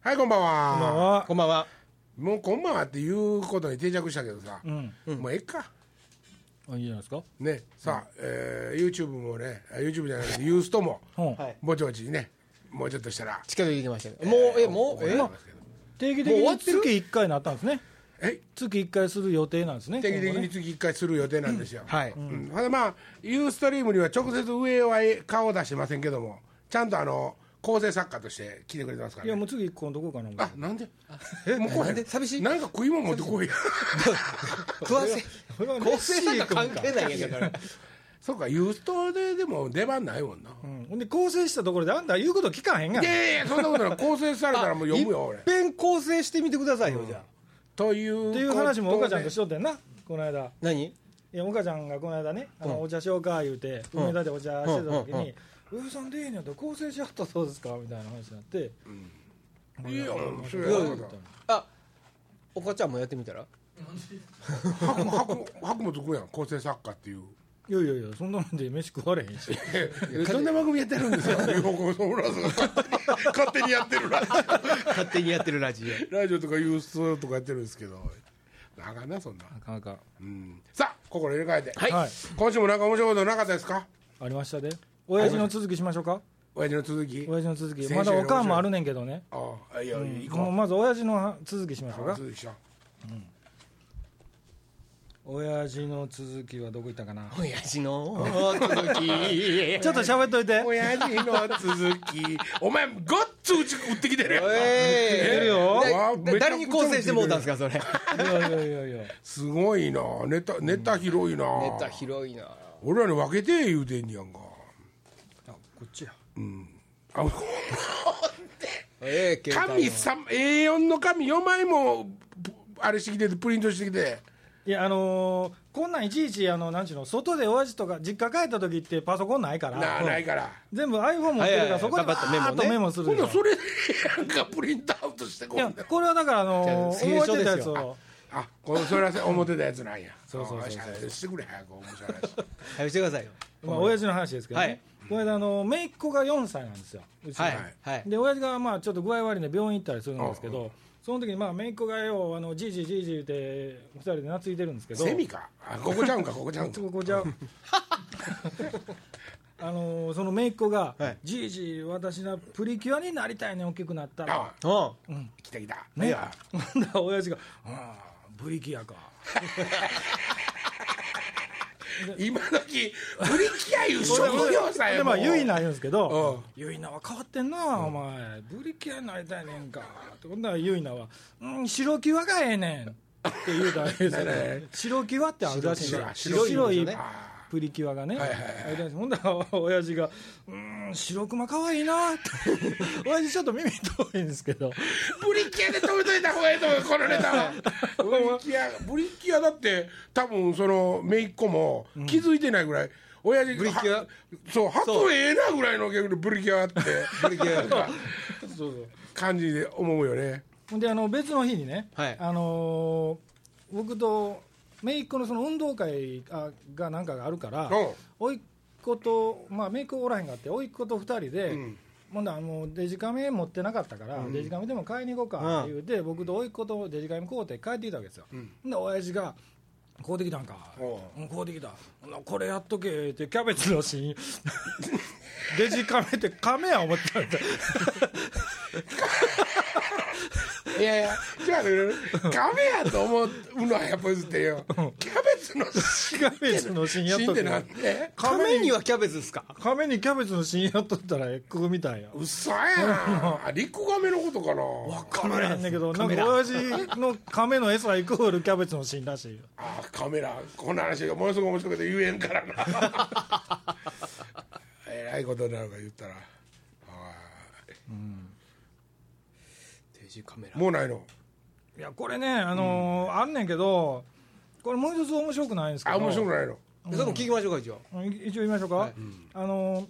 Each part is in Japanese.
はい、こんばんこんばんは。はこんばんは。もうこんばんはっていうことに定着したけどさ、うんもうええか。あいいじゃないですかね、さあ、えー YouTube もね、あ YouTube じゃないけど、ユーストも、うんはいぼちぼちね、もうちょっとしたら、近づいてきましたね。もう、え、もう、え、定期的もう終わにってる月1回になったんですねえ月1回する予定なんですね定期的今後にね次一回する予定なんですよ。はいうんただまあ、ユーストリームには直接上は顔を出してませんけども、ちゃんとあの構成作家として来てくれてますかいやら、ね。もう次1個のとこうかなもうあなんでもう来へなんんで寂しいなんか食い物持ってこいや 食わせ。これはね構成なんか関係ないやんだから。そうか、ユーストででも出番ないもんな。うんほんで構成したところであんた言うこと聞かへんがいなやいやいやそんなことない。構成されたらもう読むよ、俺いっ。ぺん構成してみてくださいよ、じゃあ。という。っていう話も岡ちゃんとしとってんなこの間 何いや岡ちゃんがこの間ねあのお茶しようか言うてうん梅田でお茶してた時うんうんに「上田さんでええねやったら構成しはったらどうですか?」みたいな話になっていいよ、面白いやよいやいやあ、おかちゃんもやってみたら白も白 も白もつくやん、構成作家っていう。いやいやいやそんなもんで飯食われへんしそんな番組やってるん ですか勝手にやってるラジ勝手にやってるラジオラジオとかユーストとかやってるんですけどあかんなそんな、なかなかうん、さあ心入れ替えて、はいはい今週もなんか面白いことなかったですかありましたで親父の続きしましょうか親父の続き親父の続き先週まだおかんも面白いあるねんけどねああいや、行もうこまず親父の続きしましょううか続きしよ親父の続きはどこ行ったかな親父の続き。ちょっと喋っといてう親父の続きお前ごっつうち打ってきてるやんえてるよだわあだめちゃくちゃ誰に構成してもうたんですか、それ。ネいやいやいやいやすごいなネタネタ広いな、タ広いな。俺らに分けて言うてんねやんかあこっちやあええ、紙三 A4 の紙4枚もぷあれしてきててプリントしてきていやあのーこんなんいちいちあのなんちゅうの外で親父とか実家帰った時ってパソコンないからなないから全部 iPhone 持ってるから、はいはいはいそこでバ頑張ってーッとメモねメモするほんでしなょらそれでなんかプリントアウトしてこいんやなこれはだからあのーじゃあ覚えてたやつ聖書ですをあこのそれはせ思ってたやつなんやそうそうそうそうあよししてくれ早く面白い話早くしてくださいよ。まあ親父の話ですけどね、はいこの間あの姪っ子が4歳なんですようちのはい。はい。で親父がまあちょっと具合悪いんで病院行ったりするんですけど、その時にまあ姪っ子がよあのじいじいじいじ言うて二人で懐いてるんですけどセミかあここちゃうんかここちゃうんかここじゃあのーその姪っ子が、はいじいじ私なプリキュアになりたいね大きくなったらあうん。来た来たねいやほんだら親父が「ああプリキュアか今時プリキュアいう」職業さえでまもあうゆいな言うんですけどう「ゆいなは変わってんなお前プリキュアになりたいねんか」ってほんならゆいなは「うん白キュアがええねん」って言うたらえ えですよ白キュアってあるらしいんですよ白い白白いいんですよねプリキュアがね、はいはいほんだら親父が「うーん白熊かわいいな」って 親父ちょっと耳遠いんですけどプリキュアで止めといた方がいいと思うこのネタはプリキュアプリキュアだって多分その姪っ子も気づいてないぐらい親父プリキュアはそうハトええなぐらいの逆にプリキュアってプリキ ュア。感じで思うよねほんであの別の日にね、はいあのー僕と姪っ子のその運動会あがなんかがあるからうん甥っ子と、まあ、姪っ子おらへんがあって甥っ子と二人で、うんほんだらもうデジカメ持ってなかったから、デジカメでも買いに行こうかって言うて、僕と甥っ子とデジカメ買うて帰ってきたわけですよ、ほんで親父が「こうできたんか」おううんこうできたほなこれやっとけ」ってキャベツの芯 デジカメってカメや思ってたんだいやいやじゃあねカメやと思うのはやっぱりってよキャベツのキャベツの芯やっ芯とってけなんで亀にはキャベツですか亀にキャベツの芯やっとったら食うみたいや嘘やんあリコガメのことかな分からへんねんけどなんか親父の亀の餌イコールキャベツの芯らしいよあーカメラこんな話ものすごい面白いけど言えんからな えらいことになるから言ったら定時カメラ。もうないのいやこれねあのーあんねんけどこれもう一つ面白くないんですけどあ面白くないのそれも聞きましょうか、一応。うん一応言いましょうか、はいあのー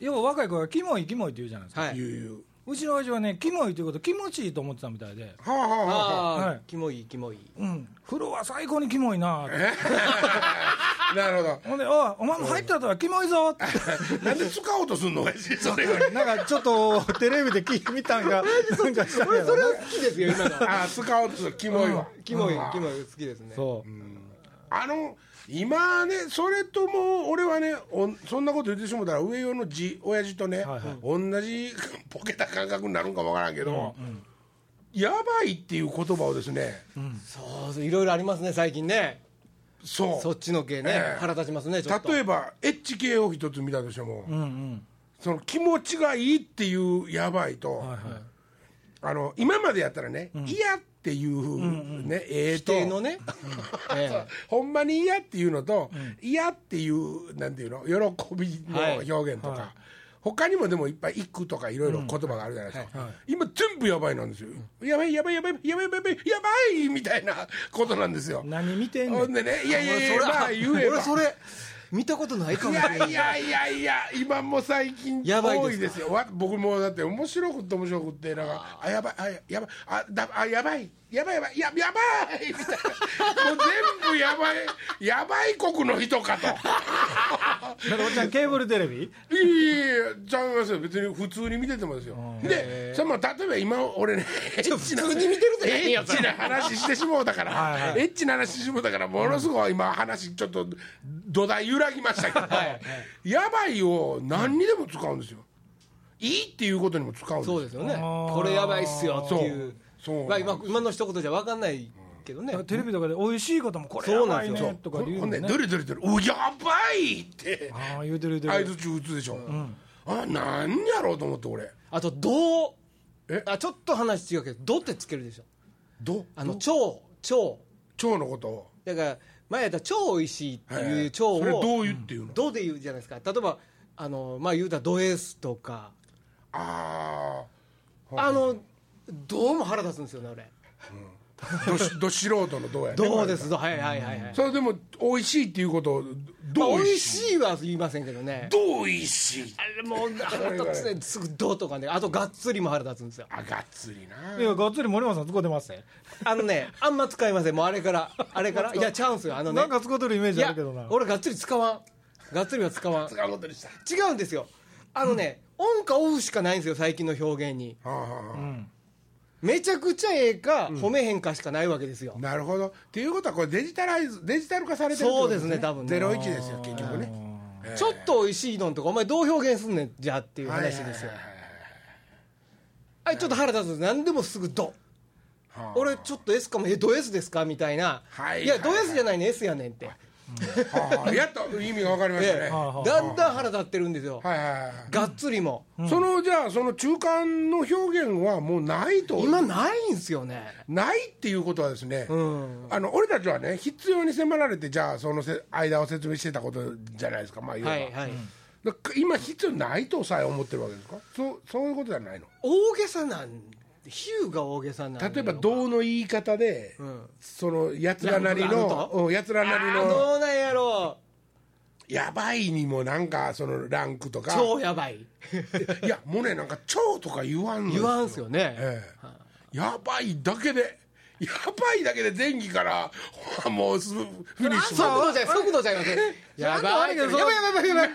要は若い子がキモいキモいって言うじゃないですか、は言い。ううちの親父はねキモいということ気持ちいいと思ってたみたいではあはあはあはああ、はいキモいキモいうん風呂は最高にキモいなってあなるほほんで「おいお前も入ったとはキモいぞ」ってどなんで使おうとすんの親父 それよりなんかちょっとテレビで聞いてみたんがなんかしたんやろそれは好きですよ今のあ使おうとするキモいわ、キモいキモい好きですねそうあの今ねそれとも俺はねおんそんなこと言ってしもたら上用のじ親父とね、はいは同じボケた感覚になるんかもわからんけど、やばいっていう言葉をですね、そうそういろいろありますね最近ねそうそっちの系ね、ええ腹立ちますねちょっと例えばエッチ系を一つ見たとしても、うんうんその気持ちがいいっていうやばいと、はいはいあの今までやったらね、嫌っていうね、ええ否定のと。ね、ええほんまに嫌っていうのと、嫌っていうなんていうの喜びはいの表現とか、他にもでもいっぱい「行く」とかいろいろ言葉があるじゃないですか、今全部やばいなんですよ、やばいやばいやばいやばいやばいやばいやばいみたいなことなんですよ何見てんねほんんでねいやいやいや俺まあ言えば俺それ見たことないかもいしれやないいやいやいや今も最近やばいですか多いですよわ僕もだって面白くって面白くってなんかあやばいあやばいあだあやばいやばいやばいややばいみたいなもう全部やばいやばい国の人かとなんかおっちゃんケーブルテレビいやいやいやちゃいますよ別に普通に見ててもですよでそれも例えば今俺ねょ普通に見てると変エやッチな話してしもうだからはいはいエッチな話してしもうだからものすごい今話ちょっと土台揺らぎましたけどやばいを何にでも使うんですよいいっていうことにも使うんですそようですよねあーこれやばいっすよっていうそうそうまあ、今今の一言じゃ分かんないけどね、テレビとかで美味しいこともこれやそうなばんいですよねとかで言ほうんのでねどれどれどれおやばいってああ言うてる言うて相る槌打つでしょあなんやろうと思って俺あと「どうえ」あちょっと話違うけど「ど」ってつけるでしょどあの「超」「超腸のことを」だから前やったら「超おいしい」ってはいいう「超」をそれどう言うっていうの「ど」で言うじゃないですか例えばあのまあ言うたら「ド S」とかああの「どう」も腹立つんですよね俺あど しど素人のどうや「ねどう」です「どう」はいはいはいはいそれでも美味しいっていうことをまあどうお美い味しいしいは言いませんけどねどう美味しいあれもう腹立つねすぐ「ど」とかねあと「がっつり」も腹立つんですよあがっつりないやがっつり森本さん使ってますねあのねあんま使いませんもうあれからあれからいやチャンスよあのねなんか使ってるイメーいジあやるけどな俺がっつり使わんがっつりは使わん使うことにした違うんですよあのね、オンかオフしかないんですよ最近の表現にはあはあはめちゃくちゃええか、褒めへんかしかないわけですよあ、なるほどっていうことはこれデジタライズデジタル化されてるってことそうですね多分ねゼロ一ですよ結局ねちょっとおいしいのんとかお前どう表現すんねんじゃっていう話ですよ、あれちょっと腹立つんです何でもすぐドはあ俺ちょっと S かもえド S ですかみたいな、はいやはいド S じゃないね S やねんって、はあはあやっと意味が分かりましたね ええははあだんだん腹立ってるんですよ、いはいはがっつりも、いそのじゃあその中間の表現はもうないと今ないんすよねないっていうことはですね、んあの俺たちはね必要に迫られてじゃあそのせ間を説明してたことじゃないですかまあ言えば、はいはい、だから今必要ないとさえ思ってるわけですかそうそういうことじゃないの大げさなん比喩が大げさなん例えば「どう」の言い方で、んそのやつらなりいやなんかあのるとうんやつらあなりーのどうなんやろ「やばい」にもなんかそのランクとうか超やばいいやもうねなんか「超」とか言わんの言わんすよね、ええやばいだけでやばいだけで前期からほらもうすぐフィニッシュ速度じゃ速度じゃいませんやばいちゃやんばといあやるばけどいやばい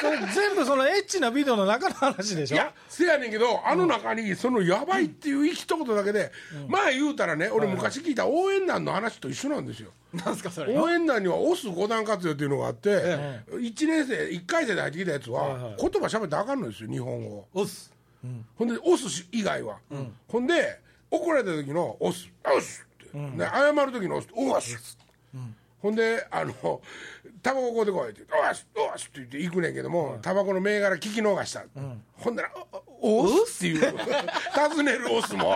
それ全部そのエッチなビデオの中の話でしいょやせやねんけどあの中にその「やばい」っていう一言だけで、まあ言うたらね俺昔聞いた応援団の話と一緒なんですよなんすかそれ応援団にはオス五段活用っていうのがあって、1年生1回生で入ってきたやつは言葉喋ってあかんのですよ日本語押すほんでオス以外は、ほんで怒られた時のオスオスって、ね謝る時のオスオス、ほんであのタバコ買うてこいって言ってオスオスって言って行くねんけども、タバコの銘柄聞き逃した、ほんならおオスっていう尋ねるオスも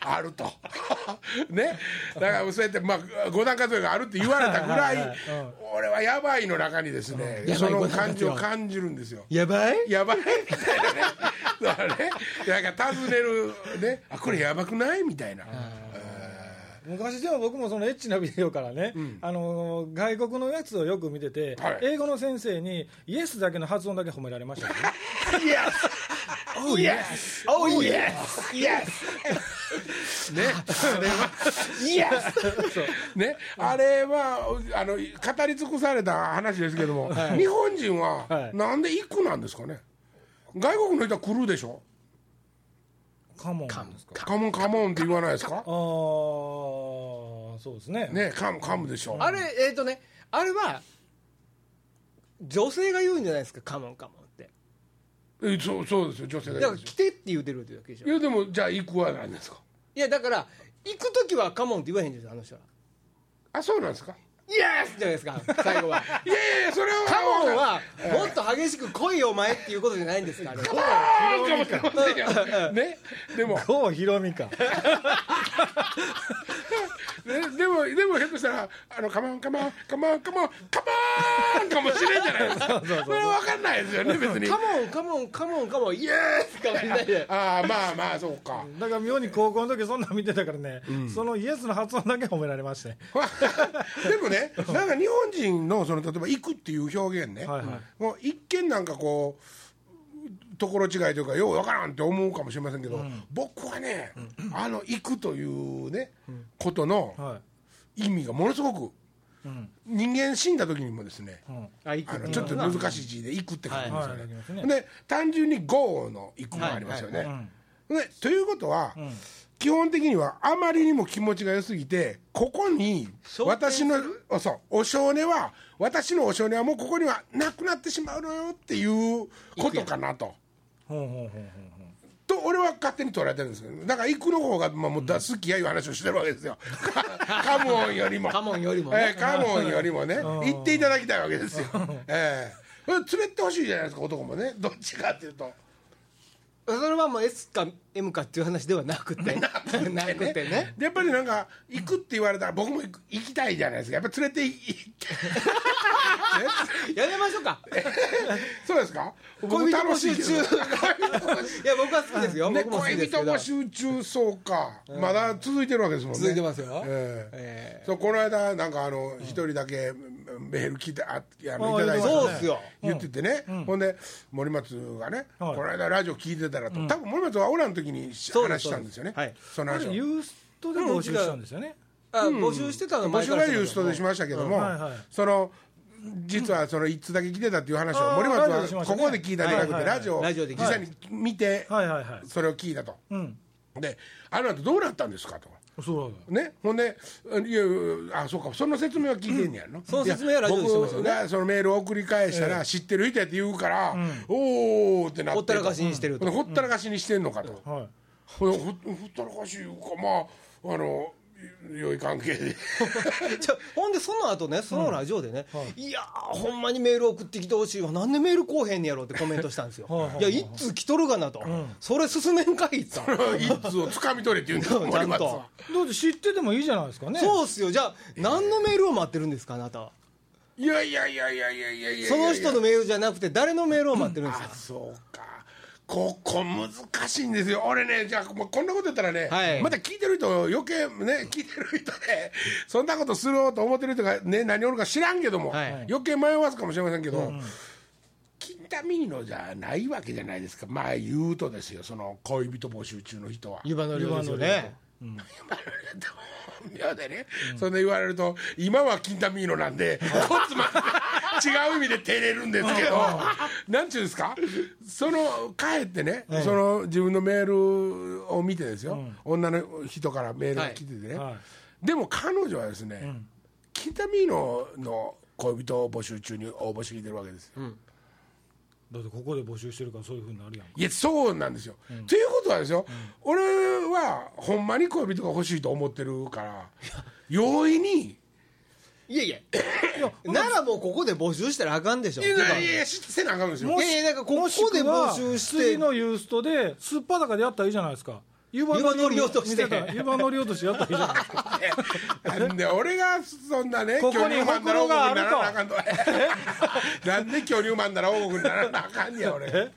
あるとねだからそうやってまあ五段活用があるって言われたぐらい俺はやばいの中にですね、うんそやばのい五段感活じ用を感じるんですよやばいやばいみたいなねだからねなんか尋ねるねあこれやばくないみたいな昔でも僕もそのエッチなビデオからね、あのー外国のやつをよく見てて、はい英語の先生にイエスだけの発音だけ褒められましたねいや Oh yes! Oh yes! Yes! ね、あれは、Yes! ね、あれは、あの、語り尽くされた話ですけども、日本人はは、いなんで一個なんですかね。外国の人は来るでしょカモンですかカモンカモンって言わないですかああそうですねね、カムカムでしょあれ、えっ、とね、あれは、女性が言うんじゃないですか、カモンカモンって。えそう、そうですよ、女性だだけから、ですよ来てって言うてるわけでしょ。いいや、でも、じゃあ行くは何ですかや、だから、行くときはカモンって言わへんですよ、あの人は。あ、そうなんですかイエスじゃないですか、最後は。いやいやいや、それは、カモンは、もっと激しく来いよ、お前っていうことじゃないんですから。あーかもしれませんよ。ね、でも、郷ひろみかねでも、でも、ひょっとしたら、あの、カモン、カモン、カモン、カモン、カモンかもしれんじゃないですか。それは分かんないですよね、別に。カモン、カモン、カモン、カモン、イエスかもしれないで。ああ、まあまあ、そうか。 だから妙に高校の時そんなん見てたからね、そのイエスの発音だけ褒められましてでもね、なんか日本人の、その、例えば、行くっていう表現ねはいはい。もう、一見なんかこう。ところ違いというか、ようわからんって思うかもしれませんけど、僕はね、あの、行くというね、ことのは意味がものすごく。い、うん人間死んだ時にもですね、うん、あ、行あくのちょっと難しい字で「行く」って書きますよはいはい書きますね。ねで単純に「豪雨の「行く」もありますよね。はいでということは、ん基本的にはあまりにも気持ちが良すぎてここに昇天す私るのおそうお性根は私のお性根はもうここにはなくなってしまうのよっていうことかなと。ほうほうほうほうと俺は勝手に捉えてるんですけどだから行くの方が、まあ、もうだ好きやいう話をしてるわけです よカモンよりもカモンよりもえねーカモンよりもね行っていただきたいわけですよええ連れてほしいじゃないですか男もねどっちかっていうとそれはもう S か M かっていう話ではなくてなくてねでやっぱりなんか行くって言われたら僕も行く行きたいじゃないですかやっぱ連れて行ってやめましょうかそうですか僕恋人楽募し集いけど中いや僕は好きですよね僕も好き恋です人けども集中そうかまだ続いてるわけですもんね続いてますよえええそうこの間なんかあの一人だけメール来てああのあいただいえてそうっすよ言っててね、ほんで森松がね、はこいの間ラジオ聞いてたらと、多分森松は俺らの時にしそうで話すしたんですよねそうですそのあ話れをユーストで募集したんですよね、あ募集してたの募前集からはユーストでしましたけども、うんはいはいその実はその一通だけ来てたっていう話をあー森松ラジオでしまはしたこねこで聞いたんじゃなくはていはいはいラジオをラジオで実聞いた際に見てはいはいはいそれを聞いたと、うんであの後どうなったんですかと。そうね、ほんで、いやいやあそうか、その説明は聞いてんねやろ、その説明はラジオでしてましたよいねや僕がそのメールを送り返したら、知ってる人やって言うから、おおってなってほったらかしにしてるほとんでほったらかしにしてんのかと、だはいほほほったらかしいうか、まあ、あの、良い関係で、 じゃほんでその後ねそのラジオでねいやーほんまにメール送ってきてほしいわなんでメールこうへんねやろってコメントしたんですよはいはいはいいやいつ来とるがなとそれ進めんかいっつ ったの一通をつかみ取れって言うんですそう森松は。どうぞ知っててもいいじゃないですかねそうっすよじゃあ何のメールを待ってるんですかあなたはいやいやいやいやいやいやいやいやその人のメールじゃなくて誰のメールを待ってるんですあかそうかここ難しいんですよ俺ねじゃあもうこんなこと言ったらね、はいまた聞いてる人余計ね聞いてる人でそんなことすると思ってる人がね何おるか知らんけども、はい余計迷わすかもしれませんけど、金田美のじゃないわけじゃないですかまあ言うとですよその恋人募集中の人は。湯葉の量ですよね妙でね、そんな言われると今は金田ミーノなんでこつま違う意味で照れるんですけどなんちゅうんですかその帰ってね、その自分のメールを見てですよ、女の人からメールが来ててね、はいはでも彼女はですね、金田ミーノの恋人を募集中に応募してきてるわけですよ、だってここで募集してるからそういうふうになるやんかいやそうなんですよ、ということはですよ、俺はほんまに恋人が欲しいと思ってるから容易にいやいやならもうここで募集したらあかんでしょいやいやいやせなあかんのですよいやいやなんかここもしでくは募集して次のユーストで、すっぱだかでやったらいいじゃないですか。湯葉湯葉のり落として見た湯葉のり落としてやったらいいじゃないです か。なんで俺がそんなねここに巨乳マンなら王国にならなほあかんと なんで巨乳マンなら王国にならなあかんねや俺違う違う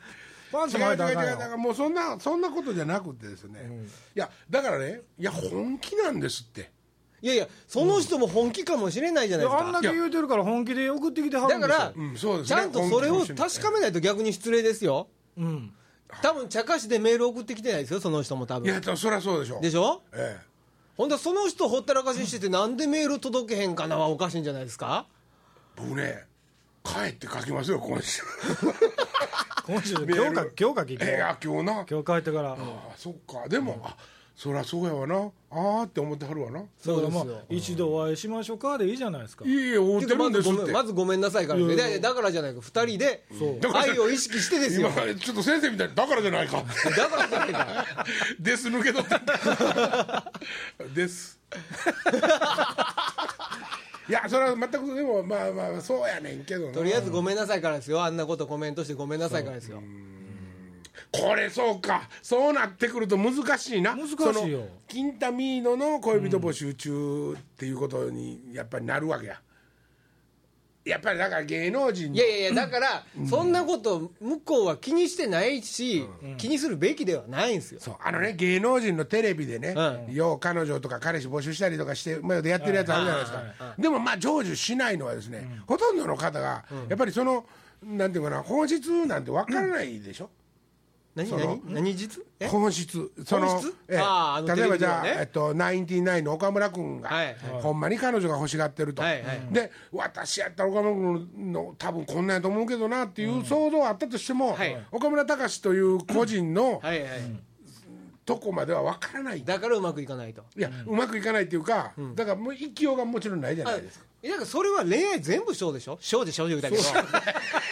パンツ違巻ういたらあかんだよからもうそんなそんなことじゃなくてですね、いやだからねいや本気なんですっていやいやその人も本気かもしれないじゃないいですやあんだかけ言うてるから本気で送ってきてはるだんかですよ。らうんそうですちねゃんとそれを確かめないと逆に失礼ですようん。多分茶化しでメール送ってきてないですよその人も多いや分そりゃそうでしょでしょえほんでその人ほったらかしにしててなんでメール届けへんかなはおかしいんじゃないですかえ僕ね帰って書きますよ今週今週今日メールか今日か聞 ええ今あ今日な日帰ってからあそっかでも、あそりゃそうやわなああって思ってはるわなだからまあそうですよ一度お会いしましょうかでいいじゃないですかいえいえ会うててかるまんずですごっめんてまずごめんなさいからねだだからじゃないか2人で愛を意識してですよ今ちょっと先生みたいにだからじゃないかだからじゃないか です抜け取って ですいやそれは全くでもまあまあそうやねんけどなとりあえずごめんなさいからですよあんなことコメントしてごめんなさいからですよこれそうかそうなってくると難しいな難しいよそのキンタミーノの恋人募集中っていうことにやっぱりなるわけややっぱりだから芸能人のいやいやいやだからそんなこと向こうは気にしてないし気にするべきではないんですよそうあのね芸能人のテレビでね、うよう彼女とか彼氏募集したりとかして、まあ、やってるやつあるじゃないですか、でもまあ成就しないのはですね、ほとんどの方がやっぱりそのなんていうかな本質なんてわからないでしょ、何その何何実え本質その本質ええあーあの例えばテじレビのゃあ、ねえっと、ナインティナインの岡村君が、はいはいほんまに彼女が欲しがってると、はいはいで私やったら岡村君の多分こんなんやと思うけどなっていう想像はあったとしても、はい岡村隆史という個人のはいはいとこまでは分からないだからうまくいかないといや、うまくいかないっていうか、だからもう勢いがもちろんないじゃないですか。いやだからそれは恋愛全部賞でしょ賞で賞で言うたけど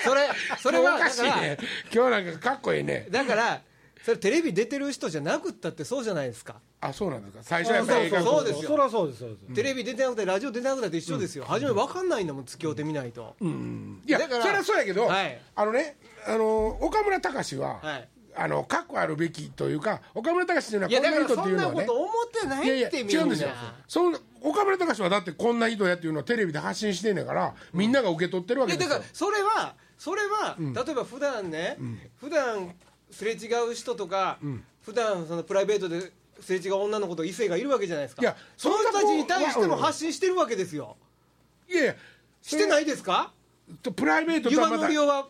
それそれ今は日おだかしいからね。今日なんかかっこいいね。だからそれテレビ出てる人じゃなくったってそうじゃないですかあ、そうなんですか。最初はやっぱり映画そうですよそりゃそうですそうですテレビ出てなくてラジオ出てなくたって一緒ですよ初め分かんないんだもん付き合うてみないといや、だからそれはそうやけど、はいあのね、あの岡村隆史は、はいあのかっこあるべきというか、岡村隆史っていういのやはこだんな人っからそていんうなのはこね。と思ってないいやいやっ違てみんうんなですよその岡村隆史はだってこんな人やっていうのをテレビで発信してんねんから、みんなが受け取ってるわいけやでだすかよらそれはそれは、例えば普段ね、普段すれ違う人とか、普段そのプライベートですれ違う女の子と異性がいるわけじゃないですかいやその人たちに対してそんなもことは発信してるわけですよいやいやしてないいですかプライベートと湯は葉まのたりおは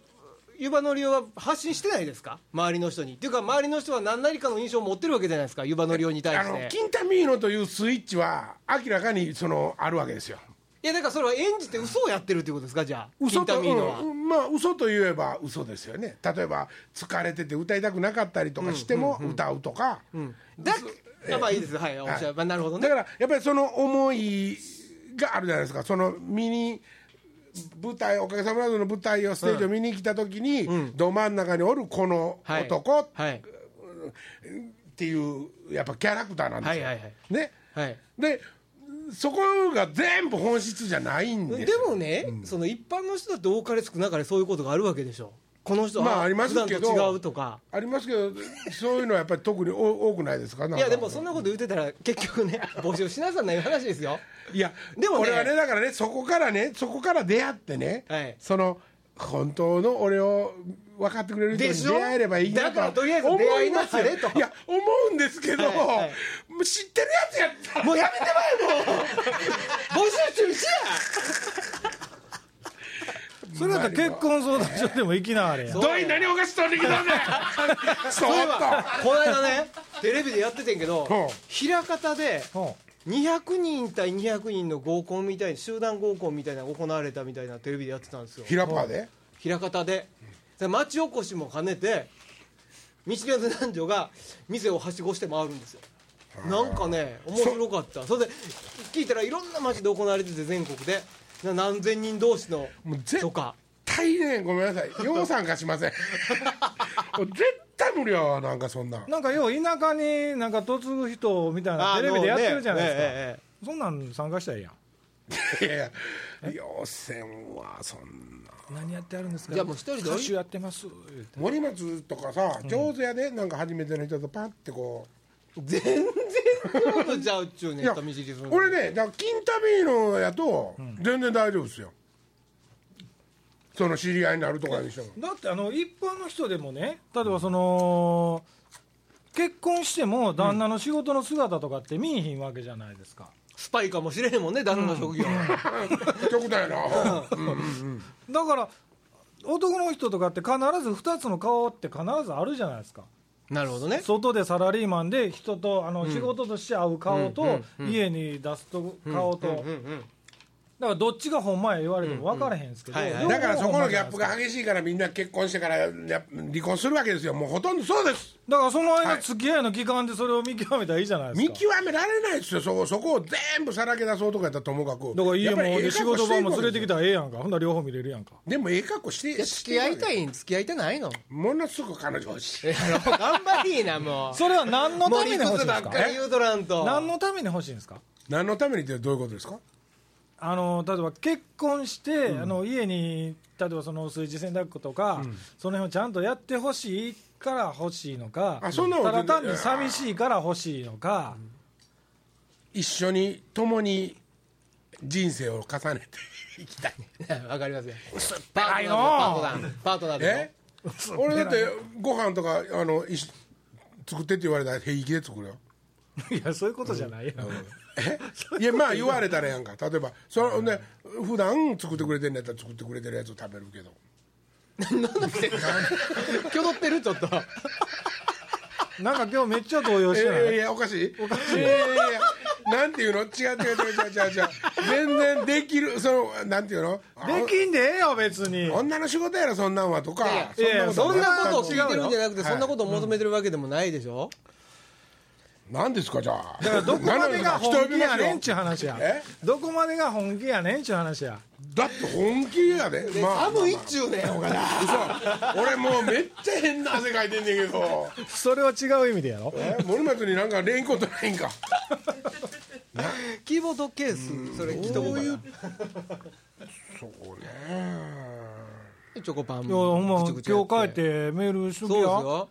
湯葉のりおは発信してないですか周りの人にっていうか周りの人は何なりかの印象を持ってるわけじゃないですか湯葉のりおに対あしのてキンタミーノというスイッチは明らかにそのあるわけですよいやだからそれは演じて嘘をやってるっていうことですかじゃあ嘘キンと、タミーノは、うんまあ嘘といえば嘘ですよね例えば疲れてて歌いたくなかったりとかしても歌うとか、だあまあいいですはいおっしゃる、まあ、なるほどねだからやっぱりその思いがあるじゃないですかそのミニ舞台おかげさまでの舞台をステージを見に来た時に、ど真ん中におるこのはい男っはいていうやっぱキャラクターなんですよ、はいはいはいねはいでそこが全部本質じゃないんですでよもね、その一般の人だって多かれ少なかれそういうことがあるわけでしょこの人は、まあありますけど普段と違うとかありますけどそういうのはやっぱり特にお多くないですかなんかいやでもそんなこと言ってたら結局 ね募集しなさんない話ですよいやでもね俺はねだからねそこからねそこから出会ってね、はいその本当の俺を分かってくれる人にでしょ出会えればいいなだからとりあえず思いま出会いなすされといや思うんですけど、はいはいもう知ってるやつやったらもうやめてまえもう募集中止それだったら結婚相談所でも行きなあれやそうどい何お菓子取りに 来たんだよちょやっそういえばこの間ねテレビでやっててんけどうん枚方でほ200人対200人の合コンみたいな集団合コンみたいなのが行われたみたいなテレビでやってたんですよと平パーで枚方でで町おこしも兼ねて道連の男女が店をはしごして回るんですよなんかね面白かったそれで聞いたらいろんな町で行われてて全国でな何千人同士のもう絶とか対ねごめんなさいよう参加しま せんもう絶対無理やわなんかそんなんうなんかよう田舎になんか嫁ぐ人みたいなテレビでやってるじゃないですか、あのねえええそんなん参加したらいいやんいやいや要線はそんな何やってあるんですかじゃあもう一人で歌手やってます言うて森松とかさ上手やで、なんか初めての人とパッてこえええ全然そういうことちゃうっちゅううねいや人見知りするの俺ねだから金タミーノやと全然大丈夫ですよ、その知り合いになるとかに してもだってあの一般の人でもね例えばその、結婚しても旦那の仕事の姿とかって見えひんわけじゃないですか、スパイかもしれへんもんね旦那の職業、極端やな、うんだから男の人とかって必ず2つの顔って必ずあるじゃないですかなるほどね外でサラリーマンで人とあの仕事として会う顔うんと家に出すと顔とうんうんだからどっちがほんまや言われても分からへんですけどうんうんはいはいだからそこのギャップがが激しいからみんな結婚してからや離婚するわけですよもうほとんどそうですだからそのは間い付き合いの期間でそれを見極めたらいいじゃないです見か極められないですよそこそこを全部さらけ出そうとかやったらともかくだかやら家っぱりええも仕格好事して場いくわもけ連れてきたらええやんかほんなら両方見れるやんかでもええ格好していや付き合いたいいん付き合いたない のものすごく彼女欲しいえあの頑張りいなもそれは何のうもたうめ理に欲しいんで屈ばっすかかり言うとらんと何のために欲しいんですか何のためにってどういうことですかあの例えば結婚して、あの家に例えばその炊事洗濯とか、その辺をちゃんとやってほしいから欲しいのかあそんなのただ単に寂しいから欲しいのか、一緒に共に人生を重ねていきたい わかりますよパぱーいトのナーパートナーでえ俺だってご飯とかあのいし作ってって言われたら平気で作るよ いやそういうことじゃないよ、 えいやまあ言われたらやんか例えばそれほんで普段作ってくれてんのやったら作ってくれてるやつを食べるけど気取ってるちょっとなんか今日めっちゃ動揺してない、えーいやおかしいおかしいやいやいやなんていうの違う違う違う違う違う違う全然できるそのなんていうのできんでええよ別に女の仕事やろそんなんはとかいやいやそんなことを聞全くいてるんじゃなくてはいそんなことを求めてるわけでもないでしょ何ですかじゃあだからどこまでが本気やねんちゅう話やえどこまでが本気やねんちゅう話やだって本気やで、まあ、寒いっちゅうねんほかな嘘俺もうめっちゃ変な汗かいてんねんけどそれは違う意味でやろえ森松になんかレインコートないんかキーボードケースそれ着とこうかなそうねチョコパいンやほんまぐち今ぐ日ちやって帰ってメールしとそう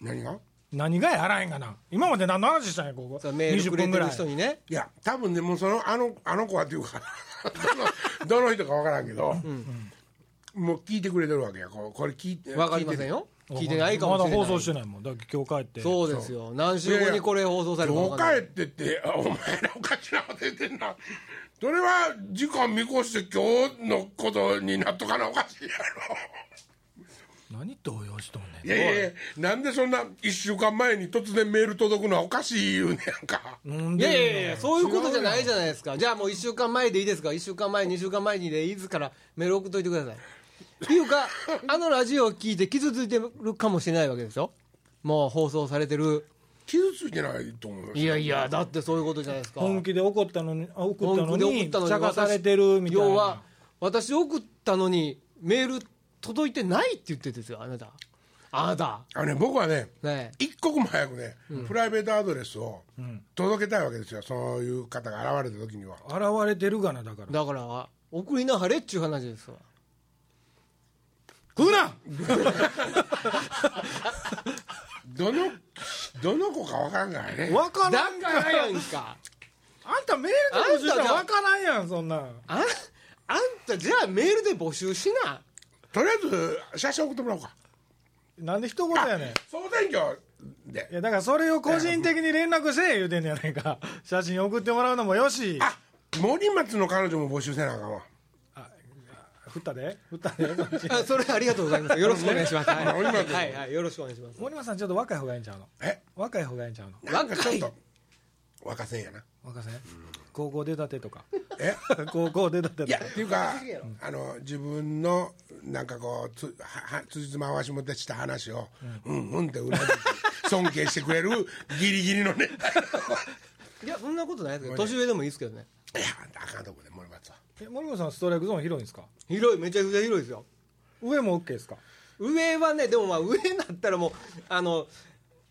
けですや何よが何がやらへんがな今まで何の話したんやここそうメール20くれ分ぐてらるい人にねいや多分ねもうそのあのあの子はっていうか どのどの人かわからんけど、もう聞いてくれてるわけやここれ聞いてわかりませんよ聞いてないかもしれまだ放な送いしてないもんだから今日帰ってそうですよ何週後にこれ放送されるかどわうか帰んないってってあお前らおかしなこと言ってんなそれは時間見越して今日のことになっとかなおかしいや何動揺しとんねんろいやいやいやなんでそんな1週間前に突然メール届くのはおかしい言うねやんかなんいでやいやいやそういうことじゃないじゃないですかじゃあもう1週間前でいいですか1週間前2週間前にでいいですからメール送っといてくださいっていう かあのラジオを聞いて傷ついてるかもしれないわけですよもう放送されてる傷ついてないと思いますいよやいやだってそういうことじゃないですか本気で怒ったのにあ送ったの本気で送にったのに茶化されてるみたいな要は私送ったのにメール届いてないって言ってるんですよあなたあなたあのね僕はねね一刻も早くね、プライベートアドレスを届けたいわけですよそういう方が現れた時には現れてるがなだからだから送りなはれっちゅう話ですわ食うなど のどの子かわからんからね分かだらんからがやんなかあんたメールで募集したら分からんやんそんなんあんあんたじゃあメールで募集しなとりあえず写真送ってもらおうかなんで一言やねん総選挙でいやだからそれを個人的に連絡せえ言うてんねやない か写真送ってもらうのもよしあ森松の彼女も募集せなあかんわ振ったで振ったであそれありがとうございますよろしくお願いしますはいあ今ではいはいよろしくお願いします森本さんちょっと若い方がいいんちゃうのえ若い方がいいんちゃうのなんかちょっ若と若せんやな若さね高校出たてと かえ高校出たていとやかっていうかあの自分のなんかこうつははつじつま合わしもってした話を、うん、うんってうなずいて尊敬してく れるギリギリのねいいやそんなことないですけど年上でもいいですけどねいやあかんとこで森松はえ森本さんストライクゾーン広いんですか広いめちゃくちゃ広いですよ上も OK ですか上はねでもまあ上になったらもうあの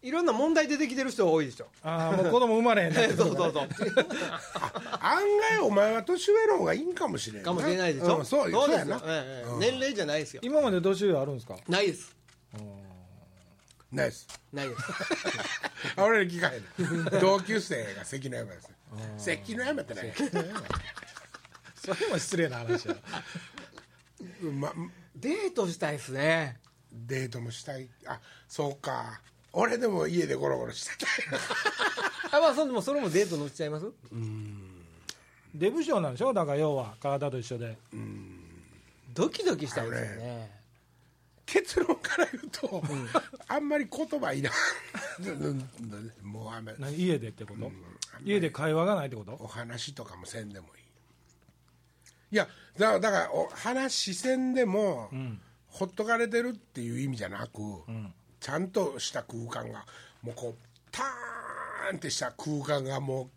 いろんな問題出てきてる人が多いでしょああもう子供生まれへんなそ うそうそう案外お前は年上の方がいいんかもしれんかもしれないでしょ、うんそうそうそうでやすよな、ええええ年齢じゃないですよ今まで年上あるんですかないですナイス ないですあ俺ら聞かへん同級生が関の山です関の山ってないそれも失礼な話やま デートしたいですねデートもしたいあそうか俺でも家でゴロゴロしたいあまあそれもそれもデート乗っちゃいますデブ症なんでしょだから要は体と一緒でドキドキしたんですよね結論から言うと、あんまり言葉いらんもうあんまり何家でってこと、家で会話がないってことお話とかもせんでもいいいやだからだからお話しせんでも、ほっとかれてるっていう意味じゃなく、ちゃんとした空間がもうこうターンってした空間がも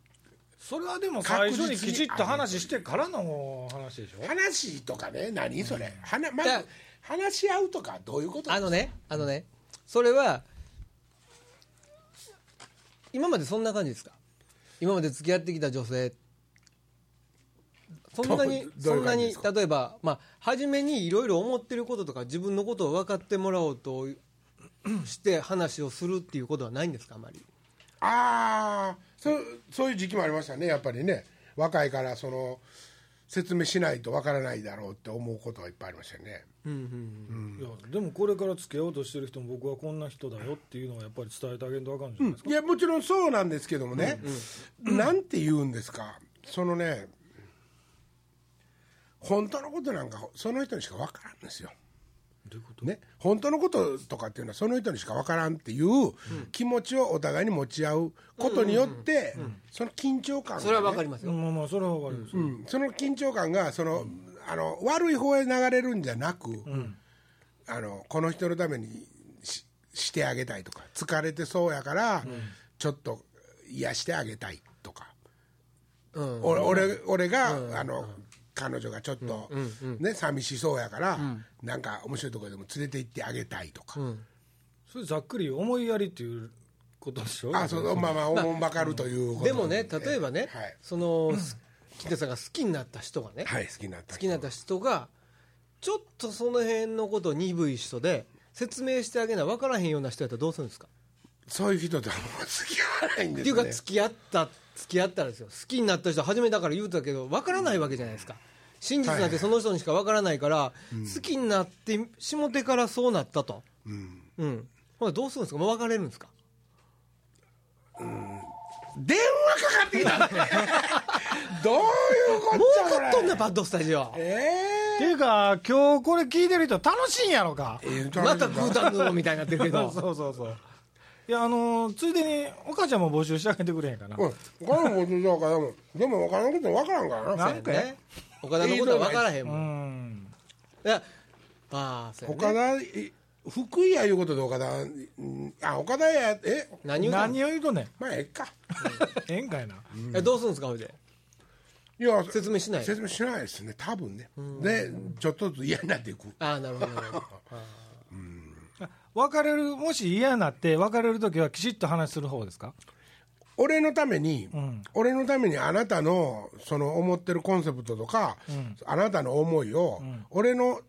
それはでも最初に確実にきちっと話してからの話でしょう話とかね何それ、はなまだず話し合うとかどういうことあのねあのねそれは今までそんな感じですか今まで付き合ってきた女性そんなにどうどそういんうな感じにですか例えばまあ初めにいろいろ思ってることとか自分のことを分かってもらおうとして話をするっていうことはないんですかあまりああそそういう時期もありましたねやっぱりね若いからその説明しないとわからないだろうって思うことはいっぱいありましたよねいやでもこれから付き合おうとしてる人も僕はこんな人だよっていうのはやっぱり伝えてあげるとあかんじゃないですか、いやもちろんそうなんですけどもね、なんて言うんですかそのね本当のことなんかその人にしか分からんんですよ。どういうこと、ね、本当のこととかっていうのはその人にしか分からんっていう気持ちをお互いに持ち合うことによってその緊張感がね、それは分かりますよまあまあそれはわかります、うんその緊張感がその、あの悪い方へ流れるんじゃなく、あのこの人のためにししてあげたいとか疲れてそうやから、ちょっと癒してあげたいとか、うん俺俺俺が、あの彼女がちょっと、ね寂しそうやから、なんか面白いところでも連れて行ってあげたいとか、それざっくり思いやりっていうことでしょあそうまあまあおもんばかるということでもね例えばね、はいその金田さんが好きになった人がね、はい好きになった好きになった人がちょっとその辺のこと鈍い人で説明してあげない分からへんような人やったらどうするんですか、そういう人とはもう付き合わないんでっていすうねか付き合った付き合ったらですよ好きになった人初めだから言うたけど分からないわけじゃないですか真実なんてその人にしか分からないから、好きになって下手からそうなったとうんうんほらどうするんですかもう別れるんですか電話かかってきた どういうこもっうちゃこ買っとんれだバッドスタジオえっていうか今日これ聞いてる人楽しいんやろかえーまたグータンヌーボみたいになってるけど そうそうそういやあのーついでにお母ちゃんも募集してあげてくれへんかな、うん他のことじゃからもでも他のこと分からんからななんかやね岡田のことは分からへんもんうんいやああそうやね岡田え福井やいうことで岡田うんあ岡田やえ何を何を言うとんねんまあええかええんかいなえどうするんですかほいでいや説明しない説明しないですね多分ねでちょっとずつ嫌になっていくああなるほどなるほ ど別れるもし嫌になって別れる時はきちっと話する方ですか俺のために、ん俺のためにあなたのその思ってるコンセプトとか、あなたの思いを、俺の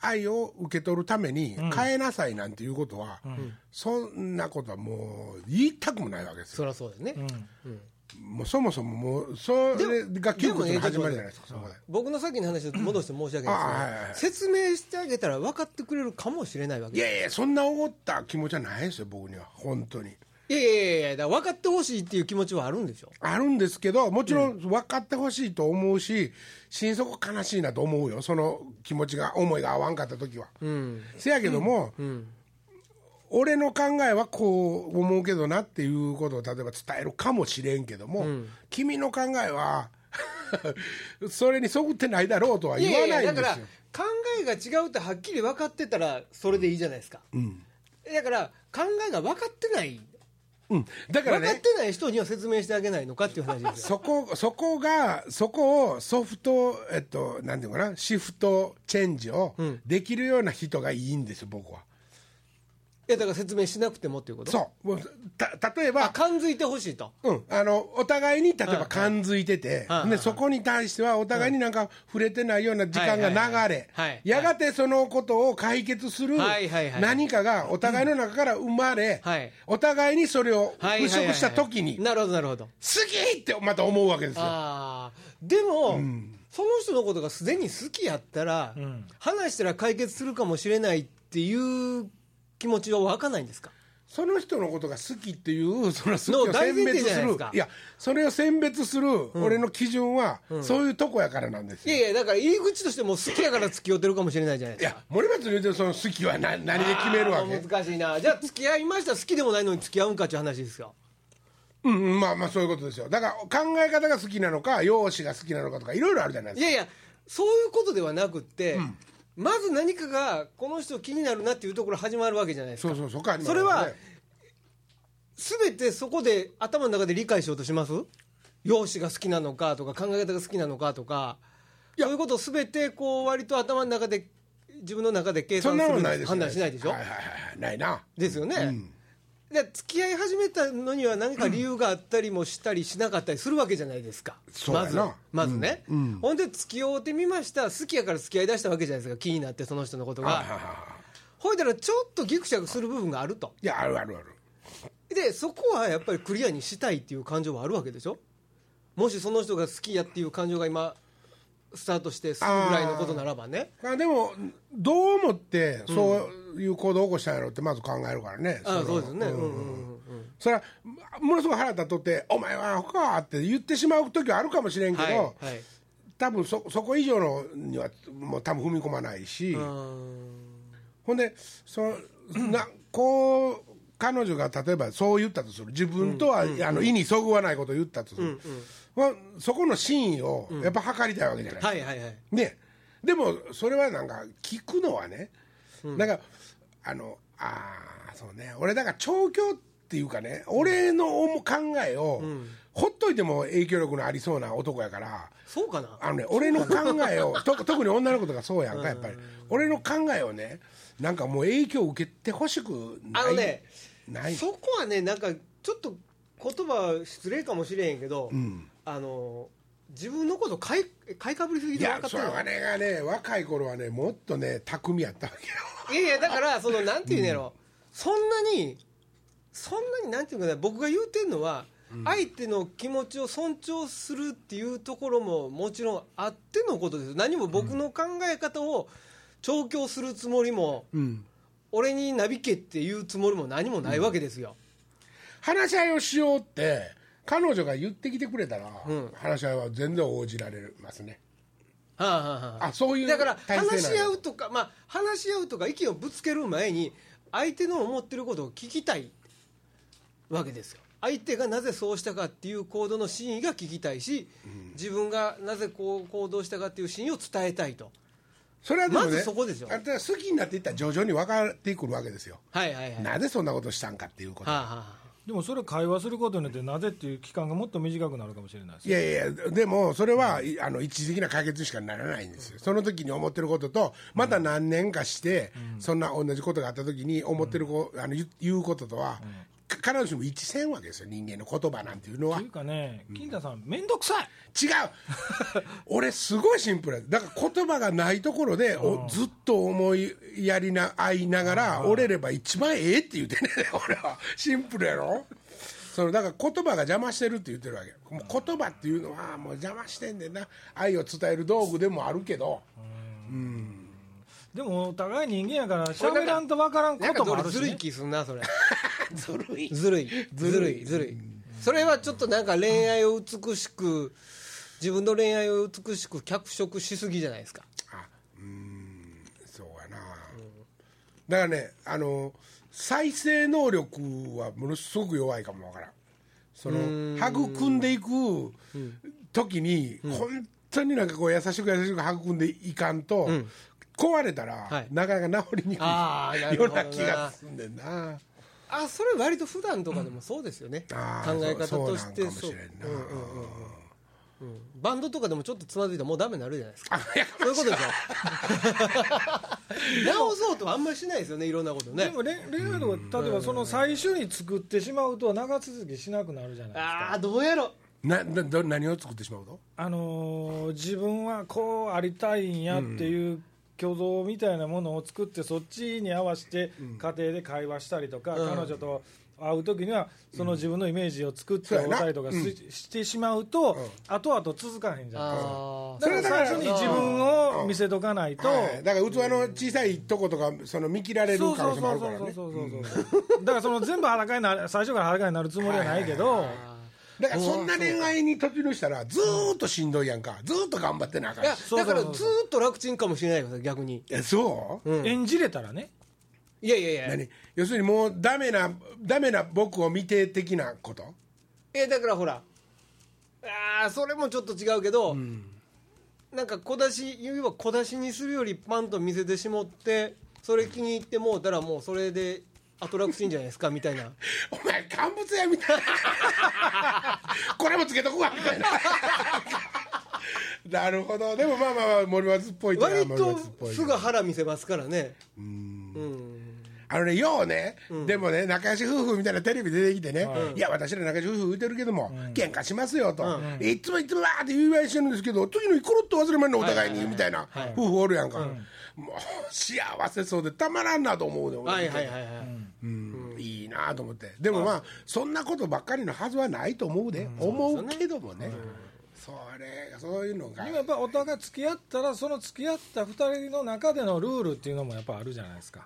愛を受け取るために変えなさいなんていうことは、そんなことはもう言いたくもないわけですよそりゃそうだよね、もうそもそももうそれが窮屈の始まりじゃないですかそこで僕のさっきの話を戻して申し訳あなはいいはいではいすけど説明してあげたら分かってくれるかもしれないわけいやいやそんなおごった気持ちはないですよ僕には本当にいやいやいやいやだから分かってほしいっていう気持ちはあるんでしょあるんですけどもちろん分かってほしいと思うし、心底悲しいなと思うよその気持ちが思いが合わんかった時は、せやけども、俺の考えはこう思うけどなっていうことを例えば伝えるかもしれんけども、君の考えは それにそぐってないだろうとは言わないんですよだから考えが違うってはっきり分かってたらそれでいいじゃないですか、だから考えが分かってないうん、だから分かっねてない人には説明してあげないのかっていう話です よそこそこがそこをソフトえっとなんていうのかなシフトチェンジをできるような人がいいんですよ僕は。いやだから説明しなくてもっていうことそうもうた例えあば感づいてほしいとうん、あのお互いに例えば感づいてて、はいはいでそこに対してはお互いになんか触れてないような時間が流れ、はいはいはいはいやがてそのことを解決するはいはいはい何かがお互いの中から生まれ、はいお互いにそれをはいはいはい払はい拭した時になるほどなるほど好きってまた思うわけですよ。あーでも、その人のことがすでに好きやったら、話したら解決するかもしれないっていう気持ちは湧かないんですかその人のことが好きっていうその好きをの大選前提別じゃすないるですかいやそれを選別する俺の基準は、そういうとこやからなんですいよ、やいやだから入り口としてもう好きやから付き合ってるかもしれないじゃないいですかや森松龍一郎その好きは何何で決めるわけ難しいなじゃあ付き合いました好きでもないのに付き合うんかっていう話ですようんうんまあまあそういうことですよだから考え方が好きなのか容姿が好きなのかとかいろいろあるじゃないいですかやいやそういうことではなくって、まず何かがこの人気になるなっていうところ始まるわけじゃないですかそうそうそうかそれは全てそこで頭の中で理解しようとします容姿が好きなのかとか考え方が好きなのかとかいやそういうことを全てこう割と頭の中で自分の中で計そん算なすのるないですよ判断しないでしょ、はいはいはいはいないなですよね、で付き合い始めたのには何か理由があったりもしたりしなかったりするわけじゃないですか、そうやまずなまずね、ほんで付き合うてみました好きやから付き合いだしたわけじゃないですか気になってその人のことが、はいはいはいほいだらちょっとギクシャクする部分があるといやあるあるあるでそこはやっぱりクリアにしたいっていう感情はあるわけでしょもしその人が好きやっていう感情が今スタートしてするぐらいのことならばねあでもどう思ってそういう行動を起こしたんやろってまず考えるからね、ああのそうですよね、んうんうんうんそれはものすごい腹立っとって「お前はアホか」って言ってしまう時はあるかもしれんけはいど、はい多分そそこ以上のにはもう多分踏み込まないし、うんほんでそのなこう彼女が例えばそう言ったとする自分とは、あの意にそぐわないことを言ったとする、まあそこの真意をやっぱ測りたいわけじゃない、はいはいはいね、でもそれはなんか聞くのはね、なんかあのああそうね俺だから調教っていうかね俺の思う考えを、ほっといても影響力のありそうな男やからそうかなあのね俺の考え をと特に女の子とかそうやんかやっぱり俺の考えをねなんかもう影響を受けてほしくないあのねないそこはねなんかちょっと言葉失礼かもしれへんけど、あの自分のこと買い買いかぶりすぎいてや分かっそたれのはねがね若い頃はねもっとね巧みやったわけよいやいやだからそのなんていうんやろ、そんなにそんなになんていうかな僕が言うてんのは、相手の気持ちを尊重するっていうところももちろんあってのことです何も僕の考え方を調教するつもりも、俺になびけっていうつもりも何もないわけですよ、話し合いをしようって彼女が言ってきてくれたら、話し合いは全然応じられますねはあはあはあそういうだから体制なんや話し合うとか、まあ、話し合うとか意見をぶつける前に相手の思ってることを聞きたいわけですよ相手がなぜそうしたかっていう行動の真意が聞きたいし、自分がなぜこう行動したかっていう真意を伝えたいとそれはでもねまずそこですよあんたが好きになっていったら徐々に分かってくるわけですよ、はいはいはいはなぜそんなことしたんかっていうこと、あ、はあ、でもそれ会話することによってなぜっていう期間がもっと短くなるかもしれないですいやいやでもそれは、いあの一時的な解決しかならないんですよその時に思ってることとまた何年かして、そんな同じことがあった時に思ってるこ、あの言う言うこととは、か必ずしも一致せんわけですよ人間の言葉なんていうのはっていうかね金田さん面倒くさい違う俺すごいシンプルやだから言葉がないところでおずっと思いやりな合いながら折れれば一番ええって言ってんねん ね俺はシンプルやろそのだから言葉が邪魔してるって言ってるわけもう言葉っていうのはもう邪魔してんねんな愛を伝える道具でもあるけどでもお互い人間やから喋らんと分からんなこんとかもあ俺るし、ずるいね、気すんなそれずるいずるいずるいずるいそれはちょっとなんか恋愛を美しく自分の恋愛を美しく脚色しすぎじゃないですかあうーんそうやな、だからねあの再生能力はものすごく弱いかもわからんその育んでいく時に、本当になんかこう優しく優しく育んでいかんと、壊れたら、はいなかなか治りにくあーないるようほどなな気がすんねんなあそれ割と普段とかでもそうですよね、あー考え方そうとしそうなてんかもしれんなそううんうんうんうんバンドとかでもちょっとつまずいたらもうダメになるじゃない ですかあやそういうことですよ 直そうとはあんまりしないですよねいろんなことでねも恋恋愛とか例えばその最初に作ってしまうと長続きしなくなるじゃないですかああどうやろななど何を作ってしまうとあのー自分はこうありたいんやっていう挙動みたいなものを作ってそっちに合わせて家庭で会話したりとか、彼女と会う時にはその自分のイメージを作ってそうやおなたりとかし,、してしまうと、後々続かへんじゃないですかあそだかられだから最初に自分を見せとかないと、はいだから器の小さいとことかその見切られるそう可そ能う性もあそうるかそらうそうねそうそう、だからその全部裸になる最初から裸になるつもりはないけど、だからそんな恋愛に突入したらずーっとしんどいやんかずーっと頑張ってなあかあんいやしうそだうそかうらずーっと楽ちんかもしれないから逆にいやそう、演じれたらねいやいやいや何要するにもうダメなダメな僕を見て的なことえだからほらあーそれもちょっと違うけど、なんか小出し指は小出しにするよりパンと見せてしもってそれ気に入ってもうたらもうそれでアトラクションじゃないですかみた いなお前乾物屋みた いなこれもつけとこわみた いななるほどでもまあまあまあ森松っぽいっちゃ割森松っぽといすぐ腹見せますからねあのねようね、でもね仲良し夫婦みたいなテレビ出てきてね、い、や私ら仲良し夫婦言うてるけども、喧嘩しますよと、いつもいつもわーって言い合いしてるんですけど次の日コロッと忘れまんのお互いにみたいな夫婦おるやんか、もう幸せそうでたまらんなと思うで、俺はいはいはいはい、うんいいなと思ってでもまあそんなことばっかりのはずはないと思うで、思うけどもね、それがそういうのが今やっぱお互い付き合ったらその付き合った2人の中でのルールっていうのもやっぱあるじゃないですか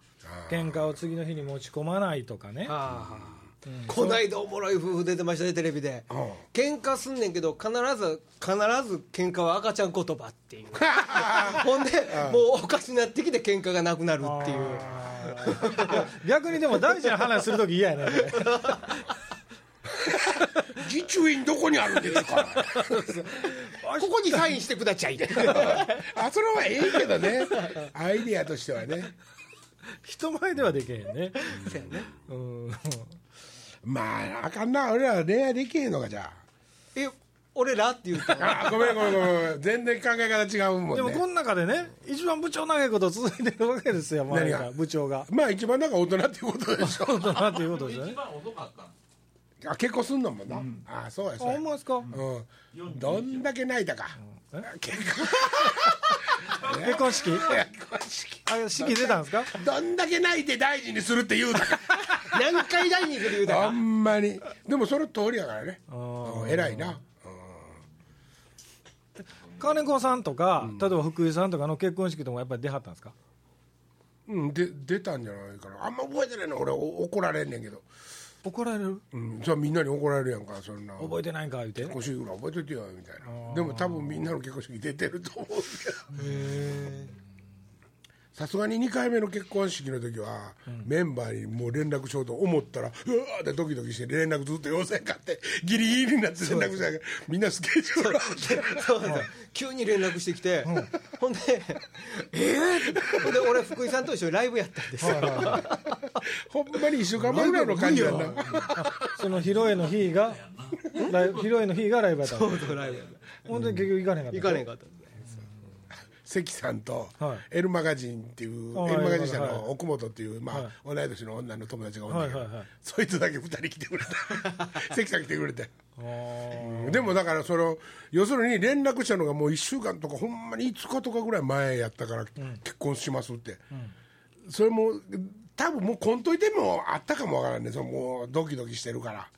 喧嘩を次の日に持ち込まないとかねああこないだおもろい夫婦出てましたねテレビでん喧嘩すんねんけど必ず必ず喧嘩は赤ちゃん言葉って いうほんでもうおかしなってきて喧嘩がなくなるっていう 逆にでも大事な話するとき嫌やね これ実印どこにあるんですかここにサインしてくだちゃい あそれはええけどねアイディアとしてはね人前ではできへんねうんまああかんな俺らは恋愛できへんのかじゃえ俺らって言 うとああごめんごめんごめん全然考え方違うもんねでもこの中でね一番部長長いこと続いてるわけですよ周り何がが部長がまあ一番なんか大人っていうことでしょ そうだなっていうことですよね一番遅かったのあ結婚すんのもんな、あそうやあそうほやんまですかうん、どんだけ泣いたかうん結結婚式婚式あ式出たんですかどんだけ泣いて大事にするって言うたか何回第二する言うたほらんまにでもその通りやからねーうん偉いな金子さんとか例えば福井さんとかの結婚式とかもやっぱり出はったんですかうんで出たんじゃないかなあんま覚えてないの俺お怒られんねんけど怒られるうんそれはみんなに怒られるやんかそんな覚えてないんか言うて結婚式ぐらい覚えといてよみたいなでも多分みんなの結婚式出てると思うけどさすがに2回目の結婚式の時は、メンバーにもう連絡しようと思ったらうわーってドキドキして連絡ずっと要請かってギリギリになって連絡しながらみんなスケジュール合わせてそうそう急に連絡してきて、ほんで「えー、ほんで俺福井さんと一緒にライブやったんですよほんまに1週間前ぐらいの感じやんなその披露宴の日がライブ披露宴の日がライブやったそうそうライブやったほんで結局行かねえかった行かねえかった関さんとはいエルマガジンっていう、あーエルマガジン社はいはいの奥本っていう、まあ同い年の女の友達がおんねんけど、はいはいはいそいつだけ2人来てくれ た関さん来てくれて。あーでもだからその要するに連絡したのがもう1週間とかほんまに5日とかぐらい前やったから結婚しますって、それも多分もうこんといてもあったかもわからんねそのもうドキドキしてるから、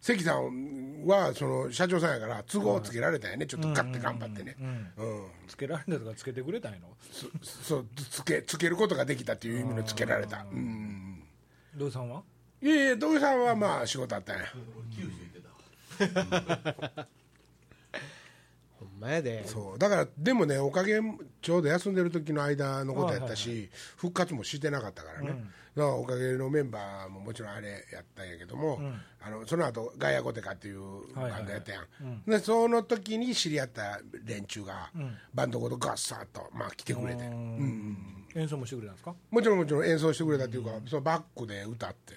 関さんはその社長さんやから都合をつけられたんやねちょっとガッて頑張ってねうんつけられたとかつけてくれたんやろそそうつけつけることができたっていう意味のつけられたうん土井さんはいやいや土井さんはまあ仕事あったんや俺九州行ってたわほんまやでそうだからでもねおかげちょうど休んでる時の間のことやったし、復活もしてなかったからね、だからおかげのメンバーももちろんあれやったんやけども、あのその後ガイアゴテカっていうバンドやったやん、でその時に知り合った連中が、バンドごとガッサーッと、まあ、来てくれて、演奏もしてくれたんですかもちろんもちろん演奏してくれたっていうか、そのバックで歌って。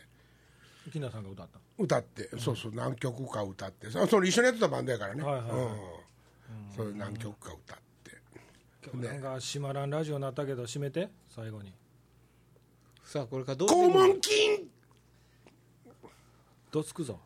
金田さんが歌った歌って、そうそう何曲か歌ってそその一緒にやってたバンドやからね、はいはいはいうん、それ何曲か歌って、今日なんか閉まらんラジオになったけど閉めて最後にさあこれからどうしてい肛くの門筋どつくぞ